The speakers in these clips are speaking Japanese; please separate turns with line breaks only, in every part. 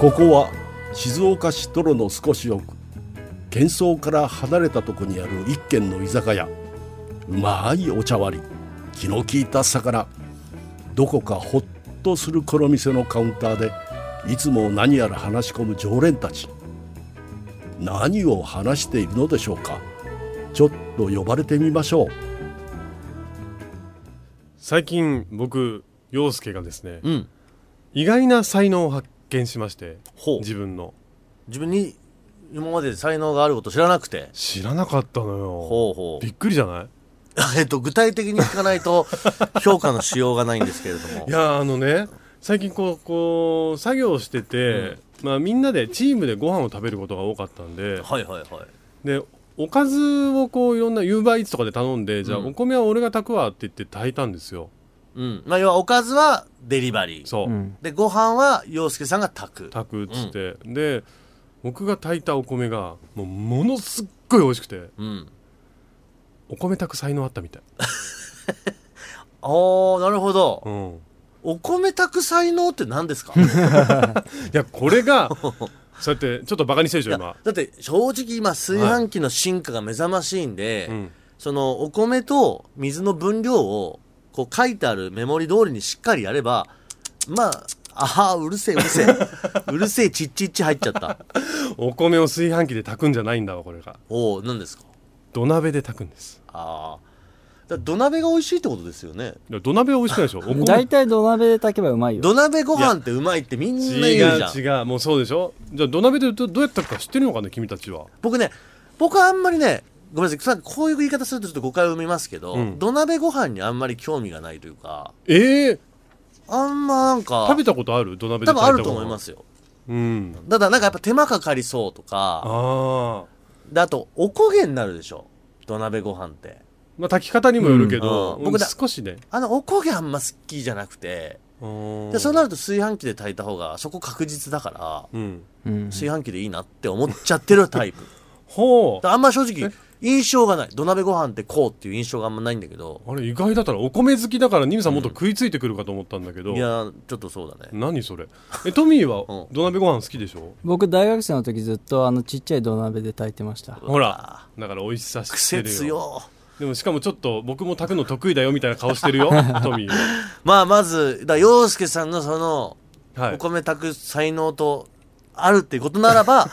ここは静岡市泥の少し奥喧騒から離れたとこにある一軒の居酒屋うまいお茶割り気の利いた魚どこかほっとするこの店のカウンターでいつも何やら話し込む常連たち何を話しているのでしょうかちょっと呼ばれてみましょう
最近僕陽介がですね
うん、
意外な才能を発見しまして
ほう
自分の
自分に今まで才能があること知らなくて
知らなかったのよ
ほうほう
びっくりじゃない
えっと具体的に聞かないと 評価のしようがないんですけれども
いやーあのね最近こうこう作業してて、まあ、みんなでチームでご飯を食べることが多かったんで
はいはいはい
でおかずをこういろんな Uber Eats とかで頼んで、じゃあ
うん
お米は俺が炊くわって言って炊いたんですよ
うんまあ要はおかずはデリバリー
そう、
でご飯は洋介さんが炊く
炊くっつって、で僕が炊いたお米がもうものすっごい美味しくて
うん
お米炊く才能あったみたい、
あーなるほど、
うん、
お米炊く才能って何 ですか
いやこれ がそうやってちょっとバカにしてるでしょ今、
だって正直今炊飯器の進化が目覚ましいんで、
うん、
そのお米と水の分量をこう書いてあるメモリ通りにしっかりやればまあああうるせえうる せえうるせえちっちっち入っちゃった
お米を炊飯器で炊くんじゃないんだわこれが
おお何ですか
土鍋で炊くんです
ああだから土鍋が美味しいってことですよね
いや土鍋は美味しくないでしょお米
大体土鍋で炊けばうまいよ
土鍋ご飯ってうまいってみんな言うじ
違
ゃ
う違
ん
うもうそうでしょじゃあ土鍋でどどうやったか知ってるのかね君たちは
僕ね僕はあんまりねごめんなさいこういう言い方するとちょっと誤解を生みますけど、
うん
土鍋ご飯にあんまり興味がないというか
ええ
あんまなんか
食べたことある土鍋で
多分
炊いた
あると思いますすよ
うん
ただなんかやっぱ手間かかりそうとか
ああ
であとおこげになるでしょ土鍋ご飯って
まあ炊き方にもよるけど、
うん
うん
僕だ
少しね
あのおこげあんま好きじゃなくて
で
でそうなると炊飯器で炊いた方がそこ確実だから
うん
うん
炊飯器でいいなって思っちゃってるタ イプだか
ほう
らあんま正
え
直印象がない土鍋ご飯ってこうっていう印象があんまないんだけど
あれ意外だったらお米好きだからニムさんもっと食いついてくるかと思ったんだけど、
いやちょっとそうだね
何それえトミーは
うん
土鍋ご飯好きでしょ、
僕大学生の時ずっとあのちっちゃい土鍋で炊いてました
ほらだから美味しさ知って
癖
るよ
強
でもしかもちょっと僕も炊くの得意だよみたいな顔して るよトミー
まあまずだから洋介さんのその
はは
お
い
米炊く才能とあるっていうことな らば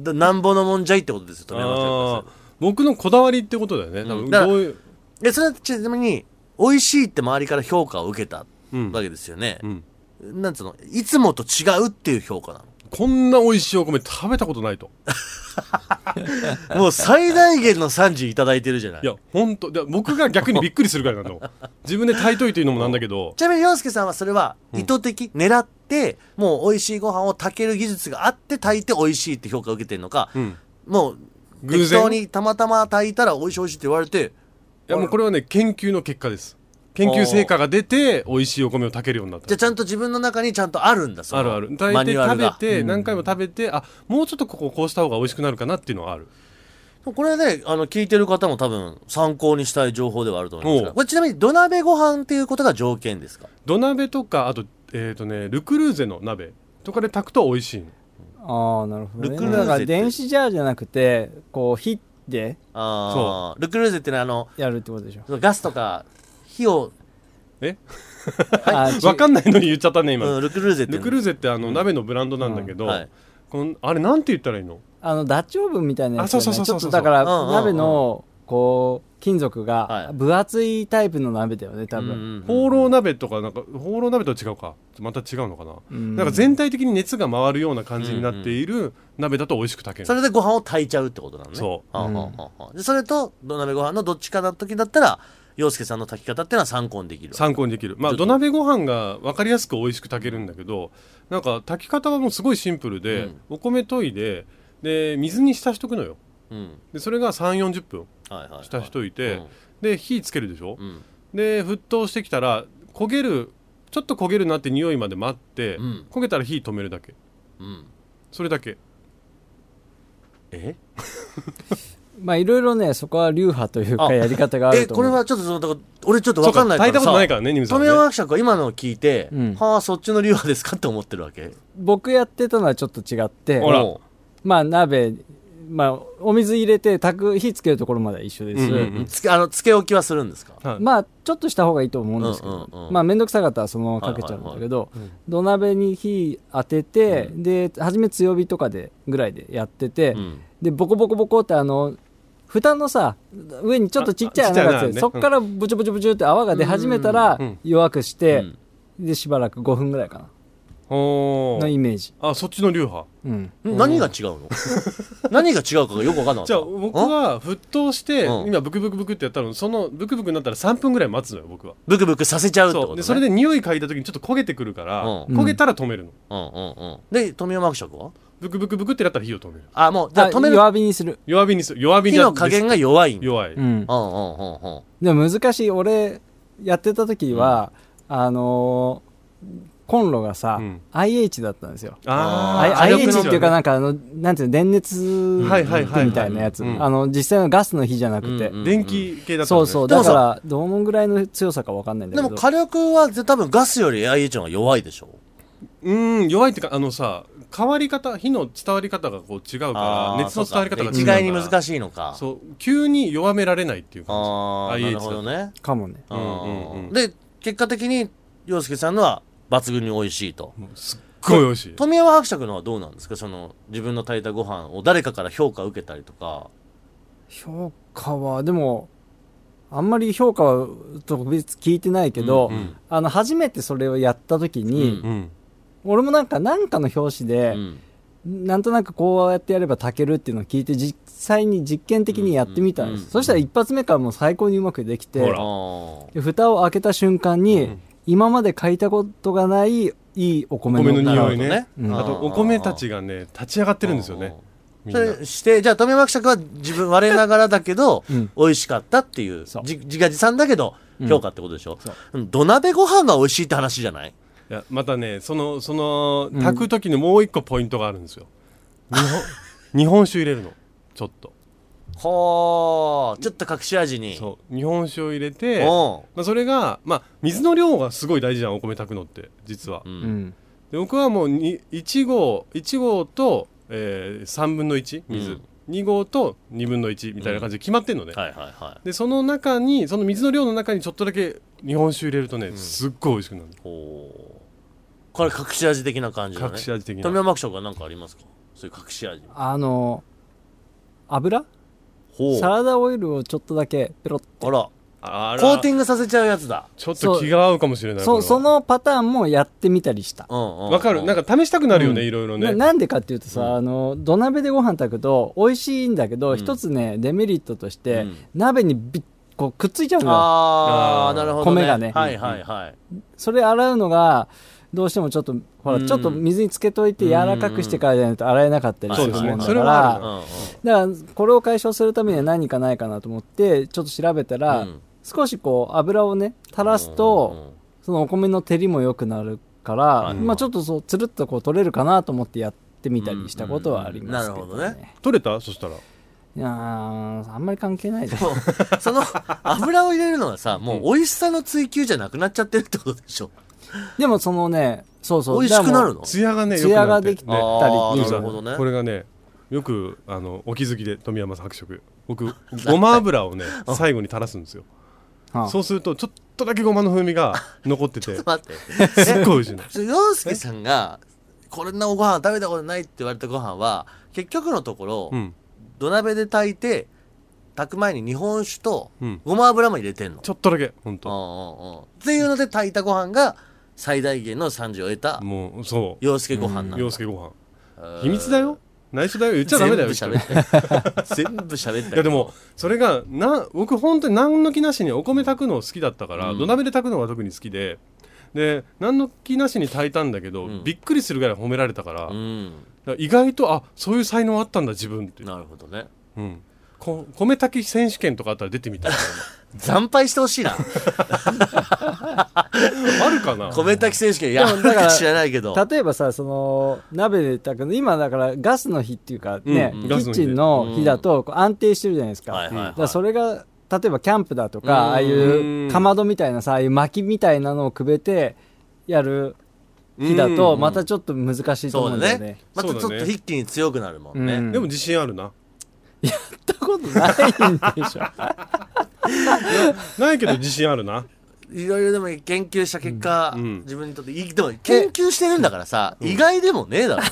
だなんぼのもんじゃいってことですよ富山ちゃんからすれば
あー僕のこだわりってことだよね、多
うん
分
だから
どういう
えそれはちなみに美味しいって周りから評価を受けた
うん
わけですよね
う、ん、
なんつうのいつもと違うっていう評価な
こんな美味しいお米食べたことないと
のもう最大限の賛辞いただいてるじゃない
いや本当で僕が逆にびっくりするぐらいなんだもん 自分で炊いといていうのもなんだけど
ちなみに洋介さんはそれは意図的、狙ってもう美味しいご飯を炊ける技術があって炊いて美味しいって評価を受けてるのか、
うん
もう
偶
適
然
当にたまたま炊いたら美味しい美味しいって言われて
いやもうこれはね研究の結果です研究成果が出て美味しいお米を炊けるようになった
じゃあちゃんと自分の中にちゃんとあるんだその
あるある
マ
炊
ニ
いて
ュア
食
ル
べ
が
て何回も食べてあもうちょっとこここうした方が美味しくなるかなっていうのはある
これね、あの、聞いてる方も多分参考にしたい情報ではあると思います
お
が、
う
これちなみに土鍋ご飯っていうことが条件ですか
土鍋とかあとえっ、とねルクルーゼの鍋とかで炊くと美味しいの
ああなるほど、
ル
ね、
クルーゼって
だから電子ジャーじゃなくてこう火で
あ
そ
あ、ルクルーゼってのはあの、
やるってことでしょ
そのガスとか火を、
あ
わか
ん
んないのに言っちゃったね今、
うん、ルクルーゼっていう
ル
の。
クルーゼってあの鍋のブランドなんだけど、
はい
このあれなんて言ったらいいの
あのダチョウブみたいなやつだよ
あそうそ
ね
う
ち
そ
ょ
う
っ
そ
と
う
だから
うんうんうん
鍋のこう金属
は
が
い
分厚いタイプの鍋だよね多
うんう
分、
んうん
ほうろう鍋とかなんかほうろう鍋とは違うかまた違うのかな、
うん
なんか全体的に熱が回るような感じになっている鍋だと美味しく炊ける、
それでご飯を炊いちゃうってことなのね。。
そう
はあはあはあはあでそれと土鍋ご飯のどっちかの時だったら、洋介さんの炊き方っていうのは参考にできる。
参考にできるまあ土鍋ご飯が分かりやすく美味しく炊けるんだけどなんか炊き方はもうすごいシンプルで、
うん
お米研いでで水に浸しとくのよ
うん。
でそれが3 4 0分
はいはい、はい。
浸しといて、
うん
で火つけるでしょ、
うん。
で沸騰してきたら焦げるちょっと焦げるなって匂いまで待って、
うん
焦げたら火止めるだけ
うん。
それだけ
え
まあいろいろねそこは流派という
あ
かやり方があ
え
ると
こ
思う
れはちょっとそのだから俺ちょっと分かんないか
そう炊い
ら
たことないかららねニムさん
富
ね
山伯爵は今のを聞いて、
うん
はあそっちの流派ですかって思ってるわけ
僕やってたのはちょっと違って
ほら
おう
まあ鍋まあお水入れて炊く火つけるところまでは一緒です、
うんうんうん
つけあのつけ置きはするんですか
はい
まあちょっとした方がいいと思うんですけど、
うんうんうん
まあ面倒くさかったらそのままかけちゃうんだけど、土鍋に火当てて、で初め強火とかでぐらいでやってて、
うん
でボコボコボコってあの蓋のさ上にちょっとちっちゃい穴がついて
ああちっちゃい穴ね
そこからブチュブチュブチュって泡が出始めたら
うんうん
弱くし
う
て、
ん
でしばらく5分ぐらいか
お
なのイ
ー
メージ、
あそっちの流派
うん、
何が違う の何が違うかがよく分かんなかった
じゃあ僕は沸騰して
うん
今ブクブクブクってやったのそのブクブクになったら3分ぐらい待つのよ僕は
ブクブクさせちゃうってこと、
そう
ね、
でそれで匂い嗅いだ時にちょっと焦げてくるから
うん
焦げたら止めるの
うんうんうんで富山伯爵は
ブクブクブクってなったら火を止める
あもうじゃ
だ
あ止める
弱火にする、
弱火にする弱火
火
に
の加減が弱いんだ
弱い
うん
う、んうんうんうん
でも難しい俺やってた時は、あのーコンロがさ、
うん
IH だったんですよ
あ
あ
ー火力
IH
の
っていうかなんかあのなんていうの電熱み
はいはいはい
たいなやつ
うん
あの実際のガスの火じゃなくて、
うんうん
電気系だった
そ
の
う
ね
そう
でも
だ
さ
からどのぐらいの強さかわかんないんだ
で
けど
も火力は多分ガスより IH の方が弱いでしょ
うーん弱いっていうかあのさ変わり方火の伝わり方がこう違うから熱の伝わり方が違う
一
から
概に難しいのか
そう急に弱められないっていう感
ああ
IH
なるほどね
かもね
うんうんうん
あーで結果的に洋介さんのは抜群に美味しいと
じもうすっごい美味しい
富山伯爵のはどうなんですかその自分の炊いたご飯を誰かから評価を受けたりとか
評価はでもあんまり評価は特別聞いてないけど、
うんうん
あの初めてそれをやった時に、
う
うん
俺もなんかなんかの表紙で、
うん
なんとなくこうやってやれば炊けるっていうのを聞いて実際に実験的にやってみたん
う
です、
んうんうん
そしたら一発目からもう最高にうまくできて
ほら
あー
で蓋を開けた瞬間に、
うん
今まで炊いたことがないいいお米
お
の
米の匂い
なる
ね
ほどね
あとお米たちがね立ち上がってるんですよねみん
そ
な
れしてじゃあ富山伯爵は自分我ながらだけど、
うん
美味しかったっていう
そう
じ自画自賛だけど
うん
評価ってことでしょ
そう、
うん、土鍋ご飯が美味しいって話じゃない
いやまたねそのその
うん
炊く時にもう一個ポイントがあるんですよ日本日本酒入れるのちょっと
はあちょっと隠し味に
そう日本酒を入れて
お
まあ、それが、まあ、水の量がすごい大事じゃんお米炊くのって実は
うう
うんん
で僕はもうに1合1合と、えー、3分の1水、
うん
2合と2分の1みたいな感じで決まってんのね、
はいはいはい
でその中にその水の量の中にちょっとだけ日本酒入れるとね、すっごい美味しくなる
おこれ隠し味的な感じだね
隠し味的
富
な
山伯爵は何かありますかそういう隠し味
あの油
ほ
サラダオイルをちょっとだけペロッ
あら
あら
コーティングさせちゃうやつだ
ちょっと気が合うかもしれないこれ
そ
は
そのパターンもやってみたりした、
うんうん
わかるなんか試したくなるよね、
うん
いろいろ
な
ね
なんでかっていうとさ、
うん
あの土鍋でご飯炊くと美味しいんだけど
うん
一、つねデメリットとして、
うん
鍋にびっこうくっついちゃうのよ
あ
あ
ー
ー
なるほど、ね、
米がね
はいはいはい、
それ洗うのがどうしてもちょっとほら、
うん
ちょっと水につけといて柔らかくしてからじゃないと洗えなかったりする
そう
も
です
ん
ね
だ
そ
か
れ
ら
はあ
う
る
んうん
だからこれを解消するためには何かないかなと思ってちょっと調べたら、
うん
少しこう油をね垂らすと、
うんうん
そのお米の照りも良くなるから、
い
まあちょっとそうつるっとこう取れるかなと思ってやってみたりしたことはありますけど、
う
ね
んうんなるほど
取れたそしたら
いやーあんまり関係ない です
もうその油を入れるのはさもう美味しさの追求じゃなくなっちゃってるってことでしょ
でもそのねそうそう
美味しくなるの
ツヤがね
艶が
良くなって
でき
ね
あ
あー
二
な
人
るほどね
これがねよくあのお気づきで富山伯爵 僕ごま油をね最後に垂らすんですよ
はあ
そうするとちょっとだけごまの風味が残っててすっ
待って
ごい美味しいの
え洋介さんがこれなおご飯食べたことないって言われたご飯は結局のところ、
うん
土鍋で炊いて炊く前に日本酒と
うん
ごま油も入れてんの、
ちょっとだけ本
うん
当
うんうんっていうので炊いたご飯が最大限の賛辞を得た
もうそう
洋介ご飯なんだ
洋介ご飯
えー
秘密だよ内緒だよ言っちゃダメだよ
全
い
部喋って全部喋ったよ
やでもそれがな僕本当に何の気なしにお米炊くの好きだったから、
うん
土鍋で炊くのが特に好きでで何の気なしに炊いたんだけど、
うん
びっくりするぐらい褒められたから,、
うん
意外とあそういう才能あったんだ自分って、
なるほどね
うん、こ米炊き選手権とかあったら出てみたい
惨敗してほしいな。
な あるかな
米炊き選手権、いや、
で
な
も
ん
だから
か知らないけど。
例えばさその鍋で炊くの今だからガスの火っていうかね、
うん
キッチンの火だとこう安定してるじゃないですか,、
はいはいはい
だからそれが例えばキャンプだと
うん
かああいうかまどみたいなさああいう薪みたいなのをくべてやる火だ
う
と
ん
またちょっと難しいと
そ
思う
うん
だ
だ
よね。
ね。またちょっ
そう
と
だね
筆記に強くなるもん
う
ね。
ん
でも自信あるな
やったことないんで しょ
ないけど自信あるない
ろいろでも研究した結果、
うんうん
自分にとっていい、でも研究してるんだからさ、意外でもねえだろ。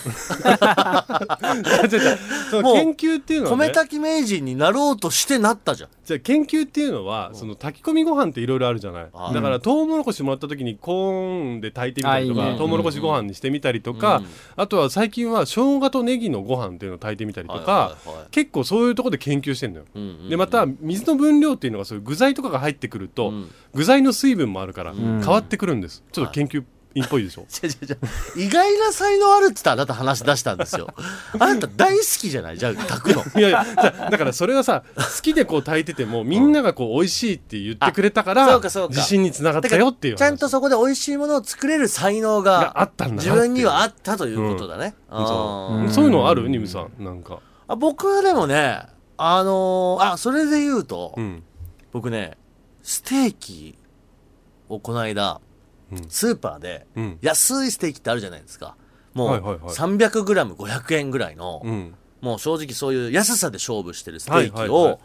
違う違うそ
も
の
う
研究っていうのは、ね、
米炊き名人になろうとしてなったじゃん。
じゃあ研究っていうのはその炊き込みご飯っていろいろあるじゃない
あー
だからトウモロコシもらった時にコーンで炊いてみたりと
あいい
か
ね
トウモロコシご飯にしてみたりとか、
うん
あとは最近は生姜とネギのご飯っていうのを炊いてみたりとか、
はいはいはい
結構そういうところで研究してんのよ、
うんうんうん
でまた水の分量っていうのがそういう具材とかが入ってくると、
うん
具材の水分もあるから変
ん
わってくるんです、ちょっと研究員っぽいでしょ
違う違う違う意外な才能あるって言ったらあなた話し出したんです よ。あなた大好きじゃないじゃあ炊くの。
いやいやじゃあだからそれはさ好きでこう炊いててもみんながこう美味しいって言ってくれたか
あ
ら
そうかそうか
自信につながったよっていう
ちゃんと
話
そこで美味しいものを作れる才能が
があったんだなって
自
いう
分にはあったということだね。
そ
あ
う
ー
そういうのあるニムさんなんか
あ僕はでもね、あのーあ、それで言うと、
うん
僕ね、ステーキをこの間、
うん
スーパーで、
うん
安いステーキってあるじゃないですか。もう、
はいはいはい
300g500 円ぐらいの、
うん
もう正直そういう安さで勝負してるステー
はい
キ
はいはい
を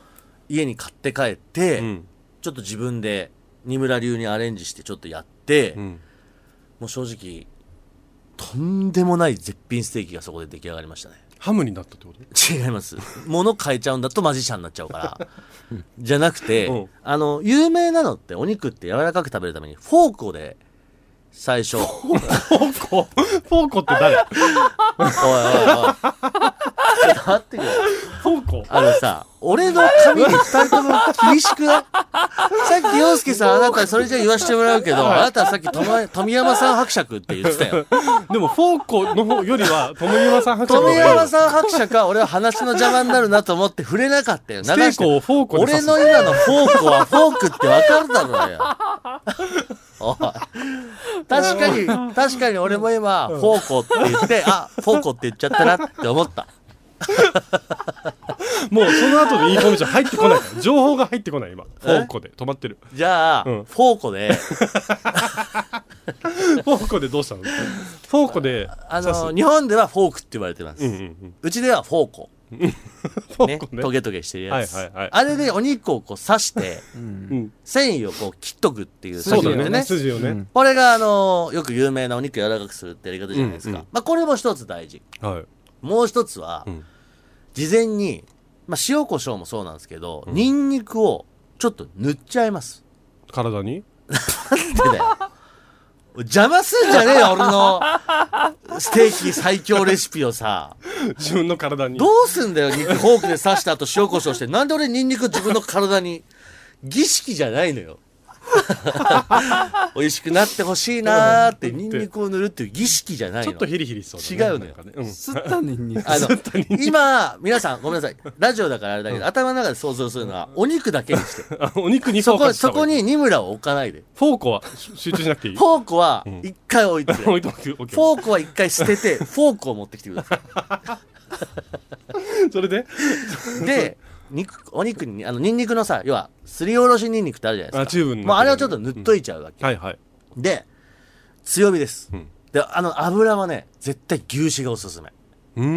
家に買って帰って、
うん
ちょっと自分で二村流にアレンジしてちょっとやって、
うん
もう正直、とんでもない絶品ステーキがそこで出来上がりましたね。
ハムになったってこと
違 います。物変えちゃうんだとマジシャンになっちゃうから。じゃなくて、
うん
あの、有名なのってお肉って柔らかく食べるためにフォークで、最初。おいおいおい。
フォーコフォーコって誰
ちょっと待ってくれ。
フォーコ
あのさ、俺の髪に二人とも厳し くないさっき洋介さん、あなたそれじゃ言わしてもらうけど、あなたさっき富 富山さん伯爵って言ってたよ。
でもフォーコの方より はトムヤマさん伯爵の
富
方がいい
山さん伯爵は俺は話の邪魔になるなと思って触れなかったよ。流
ステー
して
キをフォーコで
俺
刺す
の今のフォークはフォークってわかるだろ うよ。おい確かに、確かに俺も今、フォーコって言って、あ、フォーコって言っちゃったなって思った。
もうその後でインフォメーション入ってこ ないから情報が入ってこない今フォーコで止まってる
じゃあ、
うん
フォーコで、
フォーコでどうしたのフォーコで
あの、日本ではフォークって言われてます。
うんうん
うちではフォーコ。
フォ
ね
ーコね
トゲトゲしてるやつ。
はいはいはい
あれでお肉をこう刺して、
うん
繊維をこう切っとくっていう
そう
作業
だ
で
ね
ね。
筋をね
これがあのよく有名なお肉柔らかくするってやり方じゃないですか。
うんうん
まあこれも一つ大事。
はい
もう一つは、
うん
事前に、まあ塩コショウもそうなんですけど、ニンニクをちょっと塗っちゃいます。
体に
なんでだよ。邪魔すんじゃねえよ、俺のステーキ最強レシピをさ。
自分の体に
どうすんだよ、肉フォークで刺した後塩コショウして。なんで俺ニンニク自分の体に。儀式じゃないのよ。 美味しくなってほしいなーって、ニンニクを塗るっていう儀式じゃない
ち
の。
ょっとヒリヒリしそう
違
だね
うのよ
なんかねうん
吸ったのに
あの、今、皆さんごめんなさい。ラジオだからあれだけど、頭の中で想像するのは、お肉だけにして。
あお肉に
そ
フォー
こ、
カスした
そ
方が
こ
いい
にニムラを置かないで。
フォーコは集集中しなくていい
フォークは、一回置いて。
置
フ
いとく OK
ォークは一回捨てて、フォークを持ってきてくださ
それで
い。で、 肉、お肉に、あの、ニンニクのさ、要は、すりおろしニンニクってあるじゃないですか。
あチューブになってる
もうあれをちょっと塗っといちゃうわけ。
はいはい
で、強火です。
うん
で、あの、油はね、絶対牛脂がおすすめ。
うー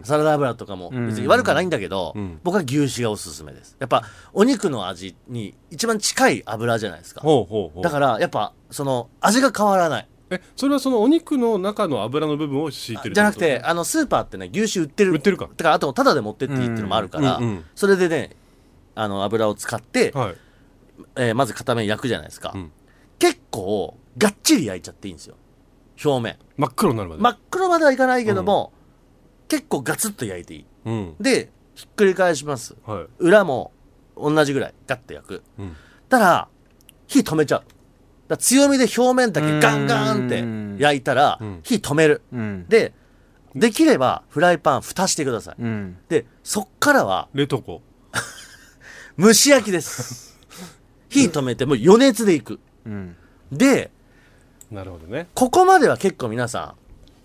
ん
サラダ油とかも
ん
別に悪くはないんだけど、
うん
僕は牛脂がおすすめです。やっぱお肉の味に一番近い油じゃないですか。
ほうほうほう
だからやっぱその味が変わらない。
えそれはそのお肉の中の油の部分を敷いてる
じゃなくて、あのスーパーってね、牛脂売ってる。
売ってるか
だからあとただで持ってっていいっていうのもあるから、
うんうんうん
それでね、あの油を使って、
はい
えーまず片面焼くじゃないですか。
うん
結構がっちり焼いちゃっていいんですよ。表面。
真っ黒になるまで
真っ黒まではいかないけども、結構ガツッと焼いていい。
うん
で、ひっくり返します。
はい
裏も同じぐらいガッと焼く。
うん
ただ、火止めちゃう。だから強火で表面だけガンガンって焼いたら
ん、
火止める。
うん
で、できればフライパン蓋してください。
うん
で、そっからは、
冷凍庫
蒸し焼きです。 火止めて、もう余熱でいく。
うん
で、
なるほどね
ここまでは結構皆さん、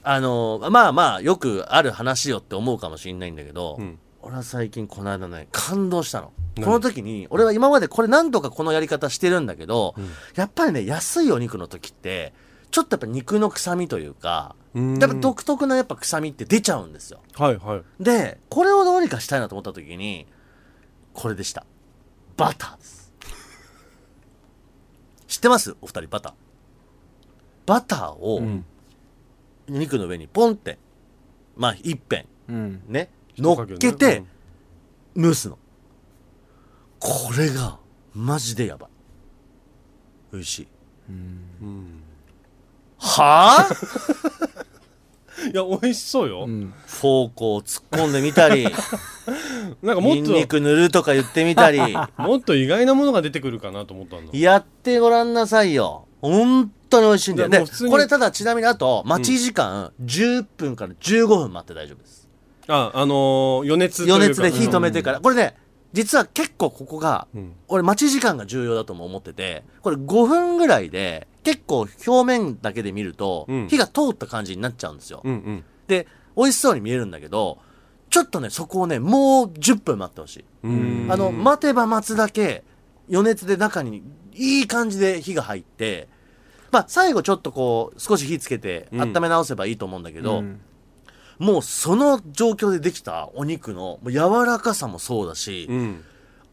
あのーまあまあ、よくある話よって思うかもしれないんだけど、
うん
俺は最近この間ね、感動したの。この時に、俺は今までこれ何度かこのやり方してるんだけど、やっぱりね、安いお肉の時って、ちょっとやっぱ肉の臭みというか、
うん
やっぱ独特なやっぱ臭みって出ちゃうんですよ。
はいはい
で、これをどうにかしたいなと思った時に、これでした。バターです。知ってますお二人、バター。バターを
ん、
肉の上にポンって、まあ、一遍、
うん
ね、乗っけて、蒸すの。これが、マジでやばい。美味しい。
うん
はぁ
いや美味しそうよ、
うん
フォークを突っ込んでみた り、
なんかも
ニン
っ
ニ
と
ク塗るとか言ってみたり、
もっと意外なものが出てくるかなと思ったんだ
やってごらんなさいよ。本当に美味しいんだよ。
いや
で
もう普通、に
これただちなみにあと、待ち時間10分から15分待って大丈夫です。
ああのー、余熱というか
余熱で火止めてから。これね、実は結構ここが、
うん
俺待ち時間が重要だとも思ってて、これ5分ぐらいで、結構表面だけで見ると
うん、
火が通った感じになっちゃうんですよ。
うんうん
で、美味しそうに見えるんだけど、ちょっとね、そこをね、もう10分待ってほしい。
うん
あの、待てば待つだけ、余熱で中にいい感じで火が入って、まあ、最後ちょっとこう、少し火つけて
うん
温め直せばいいと思うんだけど、
うん
もうその状況でできたお肉のもう柔らかさもそうだし、
うん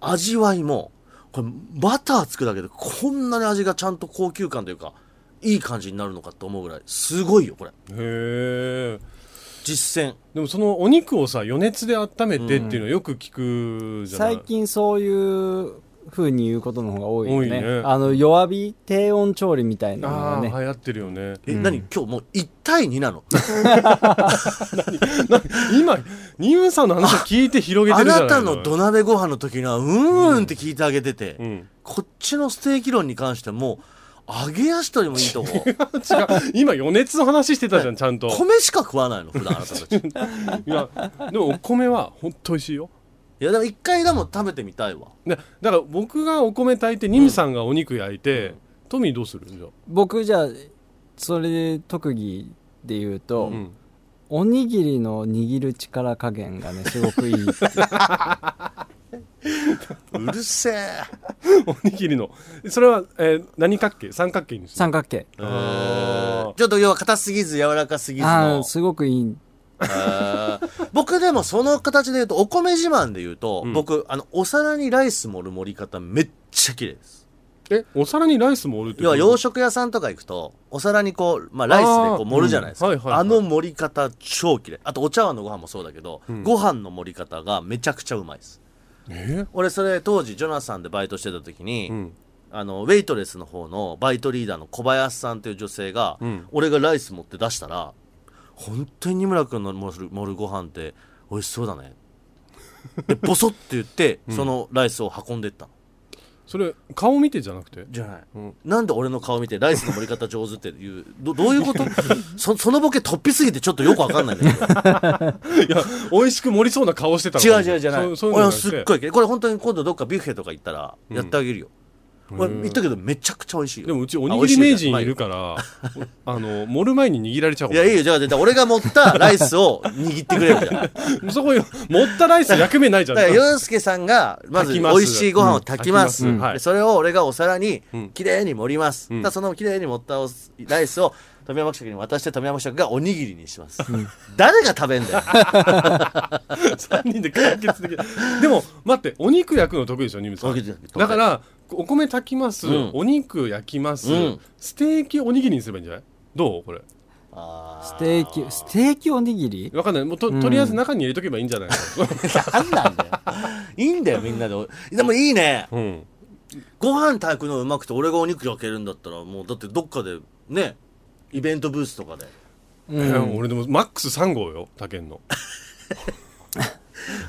味わいも、これ、バターつくだけでこんなに味がちゃんと高級感というか、いい感じになるのかと思うぐらい、すごいよ、これ。
へえ
実践。
でもそのお肉をさ余熱で温めてっていうのはよく聞くじゃない、
最近そういうふうに言うことの方が多いよね
多いね
あの弱火低温調理みたいなの
あ
が
あ、
ね、
流行ってるよね
え、何今日もう1対2なの
今ニウンさんの話を聞いて広げて
あ
るじゃない
なたの土鍋ご飯の時には、うーんって聞いてあげてて、
うん、
こっちのステーキ論に関しても揚げ足取りもいいとこ
違う今余熱の話してたじゃんちゃんと
米しか食わないの普段あなたたち い
いやでもお米は本当美味しいよ
やでも一回でも食べてみたいわ
でだから僕がお米炊いてニムさんがお肉焼いて、トミーどうするじゃあ
僕じゃあそれで特技で言うと、
うん
おにぎりの握る力加減がねす ごくいい
うるせえ
おにぎりのそれは、えー何角形三角形にする
三角形
あー
ちょっと要は硬すぎず柔らかすぎず
ああ
の
すごくいい
あー僕でもその形で言うとお米自慢で言うと、
うん
僕あのお皿にライス盛る盛り方めっちゃ綺麗です
えお皿にライス盛るって
要は洋
食
食屋さんとか行くとお皿にこう、まあ、ライスでこう盛るじゃないですか
あ
あ,、
ーうんはいはいはい
の盛り方超綺麗あとお茶碗のご飯もそうだけど、
ん
ご飯の盛り方がめちゃくちゃうまいです
え
俺それ当時ジョナサンでバイトしてた時に、
うん
あのウェイトレスの方のバイトリーダーの小林さんという女性が、
うん
俺がライス持って出したら本当に二村君の盛る盛るご飯って美味しそうだねでボソって言って、そのライスを運んでったの
それ顔見てじゃなくて
じゃない、
うん
なんで俺の顔見てライスの盛り方上手っていうどどういうことそそのボケ突飛すぎてちょっとよくわかんないんだけど
いや美味しく盛りそうな顔してたの
違う違うじゃない
そうそういうの
俺
じゃ
は
なくて
すっごい綺麗これ本当に今度どっかビュッフェとか行ったらやってあげるよ、俺
うん
言ったけどめちゃくちゃ美味しいよ
でもうちお
あ
に
美味
ぎ
し
り
いよ
名
じゃん
人いるからあの盛る前に握られちゃうか
い
も
や、いいよ。じゃあ、じゃあ俺が持ったライスを握ってくれるじゃん。だか
そこよ盛ったライス役目ないじゃん
ら、洋介さんが、ま
炊き
ず、美
ます
味しいご飯を炊きます。
うん炊きますはい
でそれを俺がお皿に
うん、
きれいに盛ります。
うん
だからそのきれいに盛ったおライスを、富山伯爵に渡して、富山伯爵がおにぎりにします。誰が食べ んだよ。
3人で完結できるでも待ってお肉焼くの得意でしょニムさんだか、らお米炊きます、
うん
お肉焼きます、
うん
ステーキおにぎりにすればいいんじゃないどうこれ
ステーキステーキおにぎり
わかんないもうととりあえず中に入れとけばいいんじゃないか、
何なんだよ。いいんだよ、みんなで。でもいいね。
うん、
ご飯炊くのうまくて、俺がお肉焼けるんだったら、もう、だってどっかで、ね、イベントブースとかで。
えー 俺でもマックス3号よ炊けんの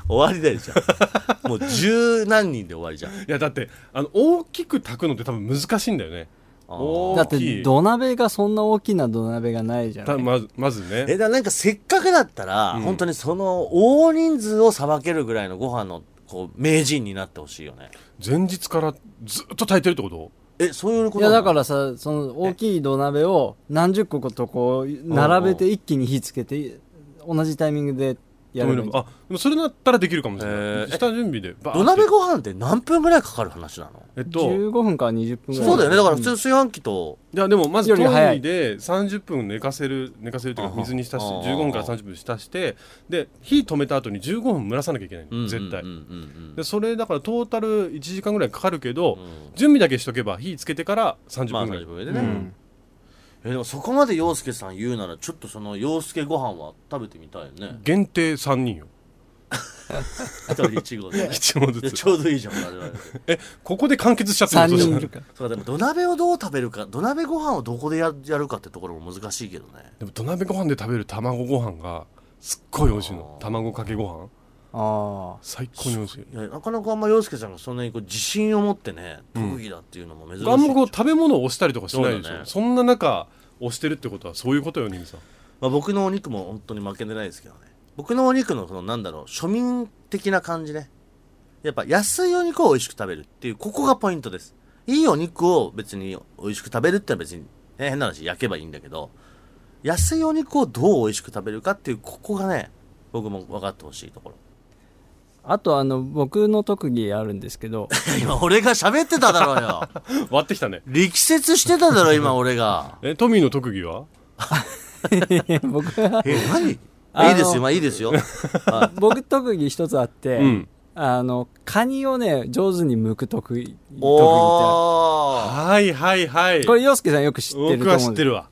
終わりだよじ ゃんもう十何人で終わりじゃん
いやだってあの大きく炊くのって多分難しいんだよね
あー
大きい
だって土鍋がそんな大きな土鍋がないじゃ
た
ん
まずまずね
えだからなんかせっかくだったら、
ん
本当にその大人数をさばけるぐらいのご飯のこう名人になってほしいよね
前日からずっと炊いてるってこと
えそういうこ
い
と
や
なの
だからさその大きい土鍋を何十個とこう並べて一気に火つけて同じタイミングでやる
止めればあでもそれだったらできるかもしれ
へ
な
ー
い下準備でバーン
土
って
鍋ご飯って何分ぐらいかかる話なの
えっと
15分から20分ぐらい
そうだよねだから普通
うん
炊飯器と、
いやでもまず
より早
ト
い
イで30分寝かせる寝かせるという
あ
か
は
水に浸して
あは
15分から30分浸してで火止めた後に15分蒸らさなきゃいけないの、絶対
うんうん
でそれだからトータル1時間ぐらいかかるけど、
うんうん
準備だけしとけば火つけてから30
まあ
分ぐらい、
30分で
う
ね、
ん
えでもそこまで洋介さん言うならちょっとその洋介ご飯は食べてみたいよね
限定3人よ
一人一合 で
一問ず
で
つ
ちょうどいいじゃん我々
ここで完結しちゃって
3
の
人いるから
そうかでも土鍋をどう食べるか土鍋ご飯をどこでややるかってところも難しいけどね
でも土鍋ご飯で食べる卵ご飯がすっごい美味しいの
あー
卵かけご飯
あ
最高に美味しい
いやなかなかあんま洋介さんがそんなにこう自信を持ってね特技だっていうのも珍しい、
あんまこう食べ物を押したりとかしないでしょ
そう
そ,、
だね
んな中押してるってことはそういうことよニ ムさん
まあ、僕のお肉も本当に負けてないですけどね僕のお肉のそのなんだろう庶民的な感じねやっぱ安いお肉を美味しく食べるっていうここがポイントですいいお肉を別に美味しく食べるってのは別に、ね、変な話焼けばいいんだけど安いお肉をどう美味しく食べるかっていうここがね僕も分かってほしいところ
ああとあの僕の特技あるんですけど
今俺が喋ってただろう よ
割ってきたね
力説してただろ今俺が
えトミーの特技は
僕は
え何
あの
いい ですよまあいいですよ、はい
僕特技一つあって、
うん
あのカニをね上手に剥く特技特技ってあ
おー
はいはいはい
るこれ洋介さんよく知ってる
僕
と思う
は
んです
知ってるわ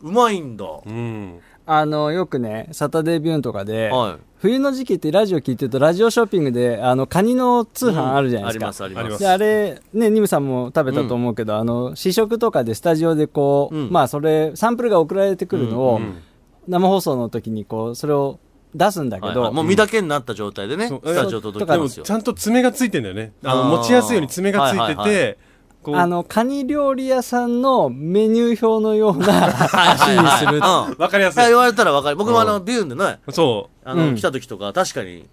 うまいんだ、
うん
あのよくねサタデービューンとかで、
はい
冬の時期ってラジオ聞いてるとラジオショッピングであのカニの通販あるじゃないですか、
ありますあります
あります
であれねニムさんも食べたと思うけど、あの試食とかでスタジオでこう、
うん
まあそれサンプルが送られてくるのを、
うんうん
生放送の時にこうそれを出すんだけ
はい
ど、
はいもう身だけになった状態でね、
そう
スタジオ届
で
あ
き
り
も
ますよ
ち。ゃんと爪がついてんだよねあの
あー
持ちやすいように爪がついてて、
はいはいは
こう
あのカニ料理屋さんのメニュー表のような
は
話
いはい
に
はい
する
うん
わかりやすい
言われたらわかる。僕もあの、
う
ビューンでね、
そ
あの、
うん
来た時とか、確かに、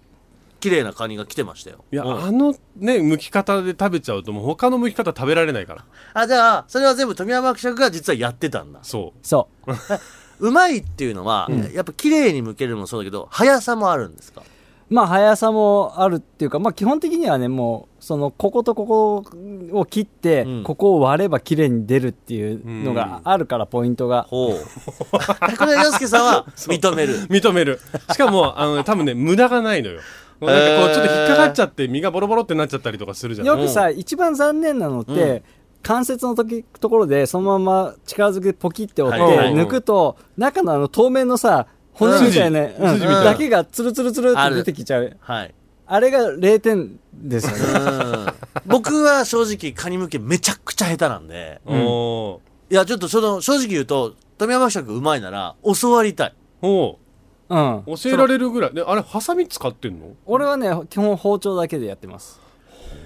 綺麗なカニが来てましたよ。
ういや、
うん
あのね剥き方で食べちゃうともう他の剥き方食べられないから
あ、じゃあ、それは全部富山伯爵が実はやってたんだ。
そ
そう
うまいっていうのは、やっぱ綺麗に剥けるのもそうだけど、速さもあるんですか
まあ速さもあるっていうか、まあ基本的にはね、もう、その、こことここを切って、
うん
ここを割れば綺麗に出るっていうのがあるから、ポイントが。
ほう。 これは洋介さんは認める
う。認めるしかもあのね多分ね無駄がないのよなんかこうちょっと引っかかっちゃって身がボロボロってなっちゃったりとかするじゃ
よ
ん
くさ、一番残念なのって、
うん
関節の時ところで、そのまま力づくでポキって折って、
はいはい
抜くと、中のあの透明のさ、骨みたいな、
筋筋みたい
な
だけがツルツルツルって出てきちゃう。
はい。
あれが0点ですよ ね。
うん僕は正直、カニ剥けめちゃくちゃ下手なんで、
おお
いや、ちょっとその、正直言うと、富山伯爵うまいなら、教わりたい。
ーお
うん。
ー教えられるぐらいであれハサミ使ってんの
俺はね、基本包丁だけでやってます。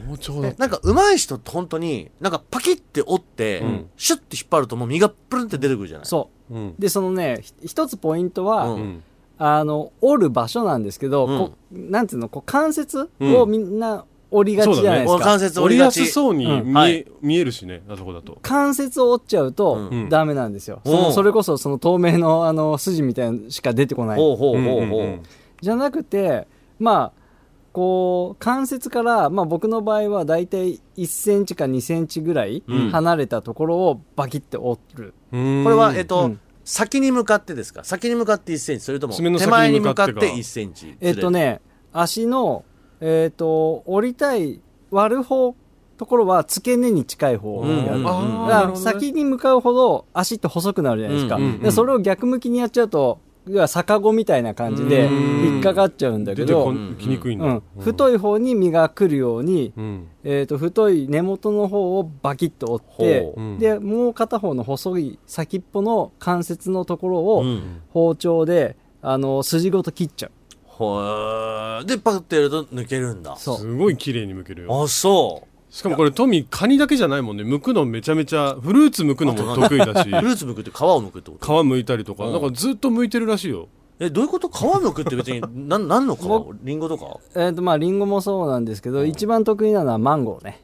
包丁だ
なんか上手い人って本当に、なんかパキって折って、
うん
シュッて引っ張るともう身がプルンって出てくるじゃない
そう。
うん
でそのねひ一つポイントは、
う
うん
あの折る場所なんですけど、
うん
こなんていうのこう関節
うん
をみんな折りがちじゃないで
こ
す
の
か、
関節折
折
り
り
が
や
ち。
すそうに
うん
見え,、
はい
見えるしねあそこだと
関節を折っちゃうと、
うん
ダメなんですよ、そ
お
の
う
それこそその透明のあの筋みたいなのしか出てこない
ほうほうほうほう。
んんん
じゃなくてまあこう関節から、まあ、僕の場合はだいたい1センチか2センチぐらい
うん
離れたところをバキって折る、
こ
これは、えっと、
うん
先に向かってですか先に向かって1センチ、それとも
爪の
手
先
前に
に
向
向
か
か
っ
っててか
1センチ。
えっとね、足の、えっ、と、折りたい、割る方、ところは付け根に近い方をやる。
うん
だ
あーな
か
るほど
ら
ね
先に向かうほど足って細くなるじゃないですか。
うんうんうん
でそれを逆向きにやっちゃうと、要は逆子みたいな感じで
うん
引っかかっちゃうんだけ
出てこ
ど、
うん
んきにくいんだ、
うん、太
い、
い方に身が来るように、
うん
えっと太い根元の方をバキッと折って、
ほう
うん
でもう片方の細い先っぽの関節のところ
う
を
ん。
包丁で、あの筋ごと切っちゃう。
ほーで、パクってやると抜けるんだ。
そう
すごい綺麗に剥けるよ
あ、そ
しかもこれトミーカニだけじゃないもんね剥くのめちゃめちゃフルーツ剥くのも得意だし
う。フルーツ剥くって皮を剥くってこ
皮むいたりとか、
うん
なんかずっと剥いてるらしいよ。
えどういうこと皮むくって別にな何の皮
僕
リンゴとか
えっ、とまあリンゴもそうなんですけど、一番得意なのはマンゴーね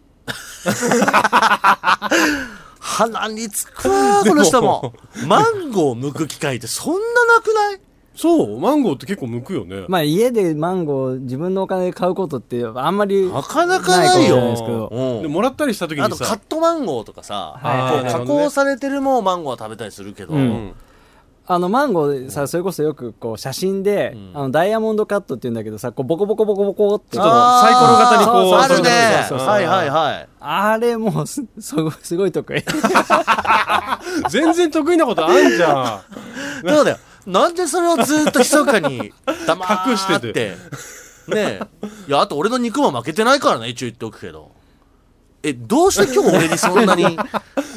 鼻につくわーこの人も マンゴー剥く機会ってそんななくない
そうマンゴーって結構剥くよね、
まあ家でマンゴー自分のお金で買うことってあんまり
なかなかない
ないかもしれない
よ
ですけど
うん
でもらったりした時
あ
に
とカ
さ
ットマンゴーとかさ、
はい
こう
はい
加工されてるもんマンゴーは食べたりするけど、
う
うんん
あのマンゴーさそれこそよくこう写真で、
うん
あのダイヤモンドカットっていうんだけどさこうボコボコボコボコってこう
あ
あ
サイコロ型にこう
あるね
そうそうそうそう
はいはいはい
れもうすすごい すごい得意
全然得意なことあんじゃ
そうだよなんでそれをずっと密かに黙ー
隠して
てねえいやあと俺の肉も負けてないからね一応言っておくけどえどうして今日俺にそ んなに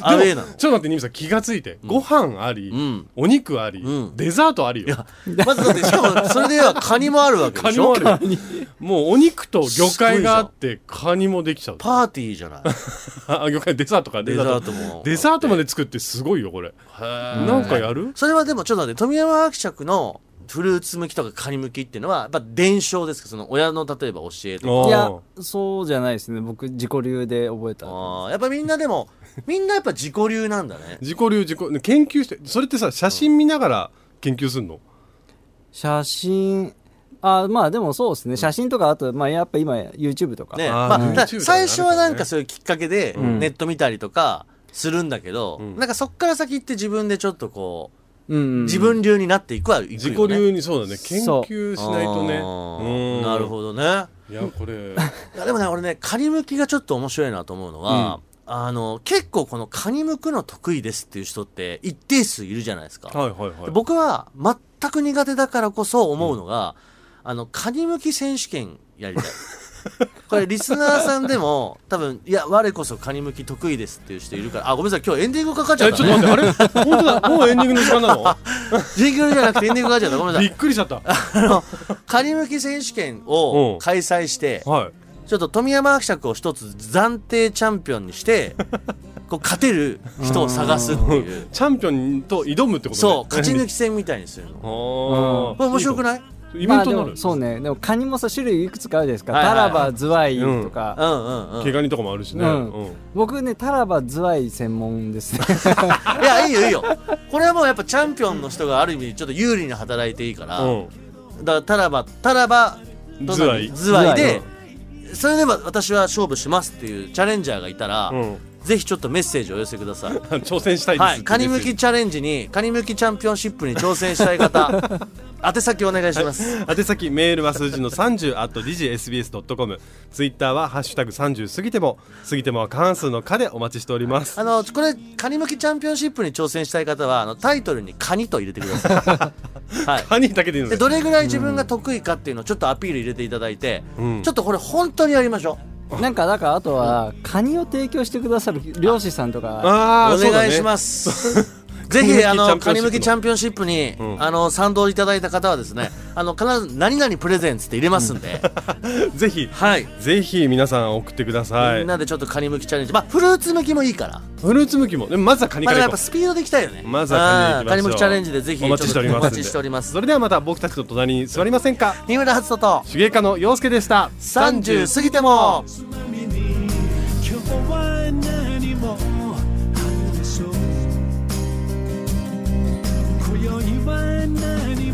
アウェーなの
んちょっと待ってニムさん気がついて、ご飯あり、
うん
お肉あり、
うん
デザートありよ
まずだってしかもそれではカニもあるわけ
カニ
でしょ
もあるよもうお肉と魚介があってカニもできちゃう
パーティーじゃない
あ魚介デザートか
デ
デザ
ザー
ー
ト
ト
も
デザートまで作ってすごいよこれなんかやる
それはでもちょっと待って富山伯爵のフルーツ向きとかカニ向きっていうのはやっぱ伝承ですかその親の例えば教えとか
いや
あー
そうじゃないですね僕自己流で覚えた
あーやっぱみんなでもみんなやっぱ自己流なんだね
自己流自己研究してそれってさ写真見ながら研究するの、
写真あまあでもそうですね写真とかあと、まあ、やっぱ今 YouTube とか、
ね
あー
まあ
うん
だ
YouTube とか
最初はなんかそういうきっかけで
ん
ネット見たりとかするんだけど、
ん
なんかそっから先行って自分でちょっとこ
うんうん
う自分流になっていくはいくよ、ね、
自己流にそうだね研
そう
究しないとね
あー
うん
なるほどね
いや これ
いやでもね俺ねカニむきがちょっと面白いなと思うのは、あの結構このカニむくの得意ですっていう人って一定数いるじゃないですか、
はいはいはい
僕は全く苦手だからこそ思うのが、あのカニむき選手権 やりたいこれリスナーさんでも多分いや我こそカニむき得意ですっていう人いるからあごめんなさい今日エンディングかかっちゃ
え
っ
ち
た
ょっと待っ
ね
てあれ本当だもうエンディングの時間 なの
ジングルじゃなくてエンディングかかっちゃったごめんなさ
び
い
っくりしちゃった
あのカニむき選手権
う
を
ん
開催して、
はい
ちょっと富山伯爵を一つ暫定チャンピオンにして こう勝てる人を探すっていう
チャンピオンと挑むってことね
そう勝ち抜き戦みたいにするの
あ
こ
ー
れ面白くない
いイベ
ま
ン
あ
ト
で
にな
も
る
そうねでもカニもさ種類いくつかあるじゃないですか、
はいはいはい
タラバズワイとか、
うんうんうん
毛ガニとかもあるしね、
うん
うん
僕ねタラバズワイ専門ですね
いやいいよいいよこれはもうやっぱチャンピオンの人がある意味ちょっと有利に働いていいから、
うん
だからタラバタラバと
ズワイ
ズワイで
ズ
それでは私は勝負しますっていうチャレンジャーがいたら、
うん、
ぜひちょっとメッセージをお寄せください
挑戦したいです
はい、カニムキチャレンジにカニムキチャンピオンシップに挑戦した い方宛先お願いします、
宛先メールは数字の30 at digsbs.com ツイッターは「ハッシュタグ #30 過ぎても」過ぎてもは過半数の「か」でお待ちしております
あのこれカニムキチャンピオンシップに挑戦したい方はあのタイトルに「カニ」と入れてください、 はい、
カニだけでいいの
で
ね
どれぐらい自分が得意かっていうのをちょっとアピール入れていただいて、
うん
ちょっとこれ本当にやりましょ
なんかだからあとはカニを提供してくださる漁師さんとか
う
あ
お
ーそうだ
願い
ね
します、
カニ
ぜ
ム
ひ
キ
あの
チャ
カ
ンピ
ニ
オンシップの
ムキチャンピオンシップに、
ん
あの賛同いただいた方はで すねあの必ず「何々プレゼンツ」って入れますんで、
ぜひ
はい、
ぜひ皆さん送ってくださ
み
い
んなでちょっとカニムキチャレンジまあフルーツ向きもいいから
フルーツ向きもでもまずはカニ
ま
か
あ、
ら
や
い
っ
こ
ぱ
う
スピードでいきたいよね。
まずはカニでいきましょう
あーカニ向きチャレンジでぜひ
お待ちしておりますんで
ちょっとお待ちしております
そ。れではまた僕たちと隣に座りませんか
三村初人と
手芸家の陽介でした
30過ぎても
つまみに今日は何も話そう今宵は何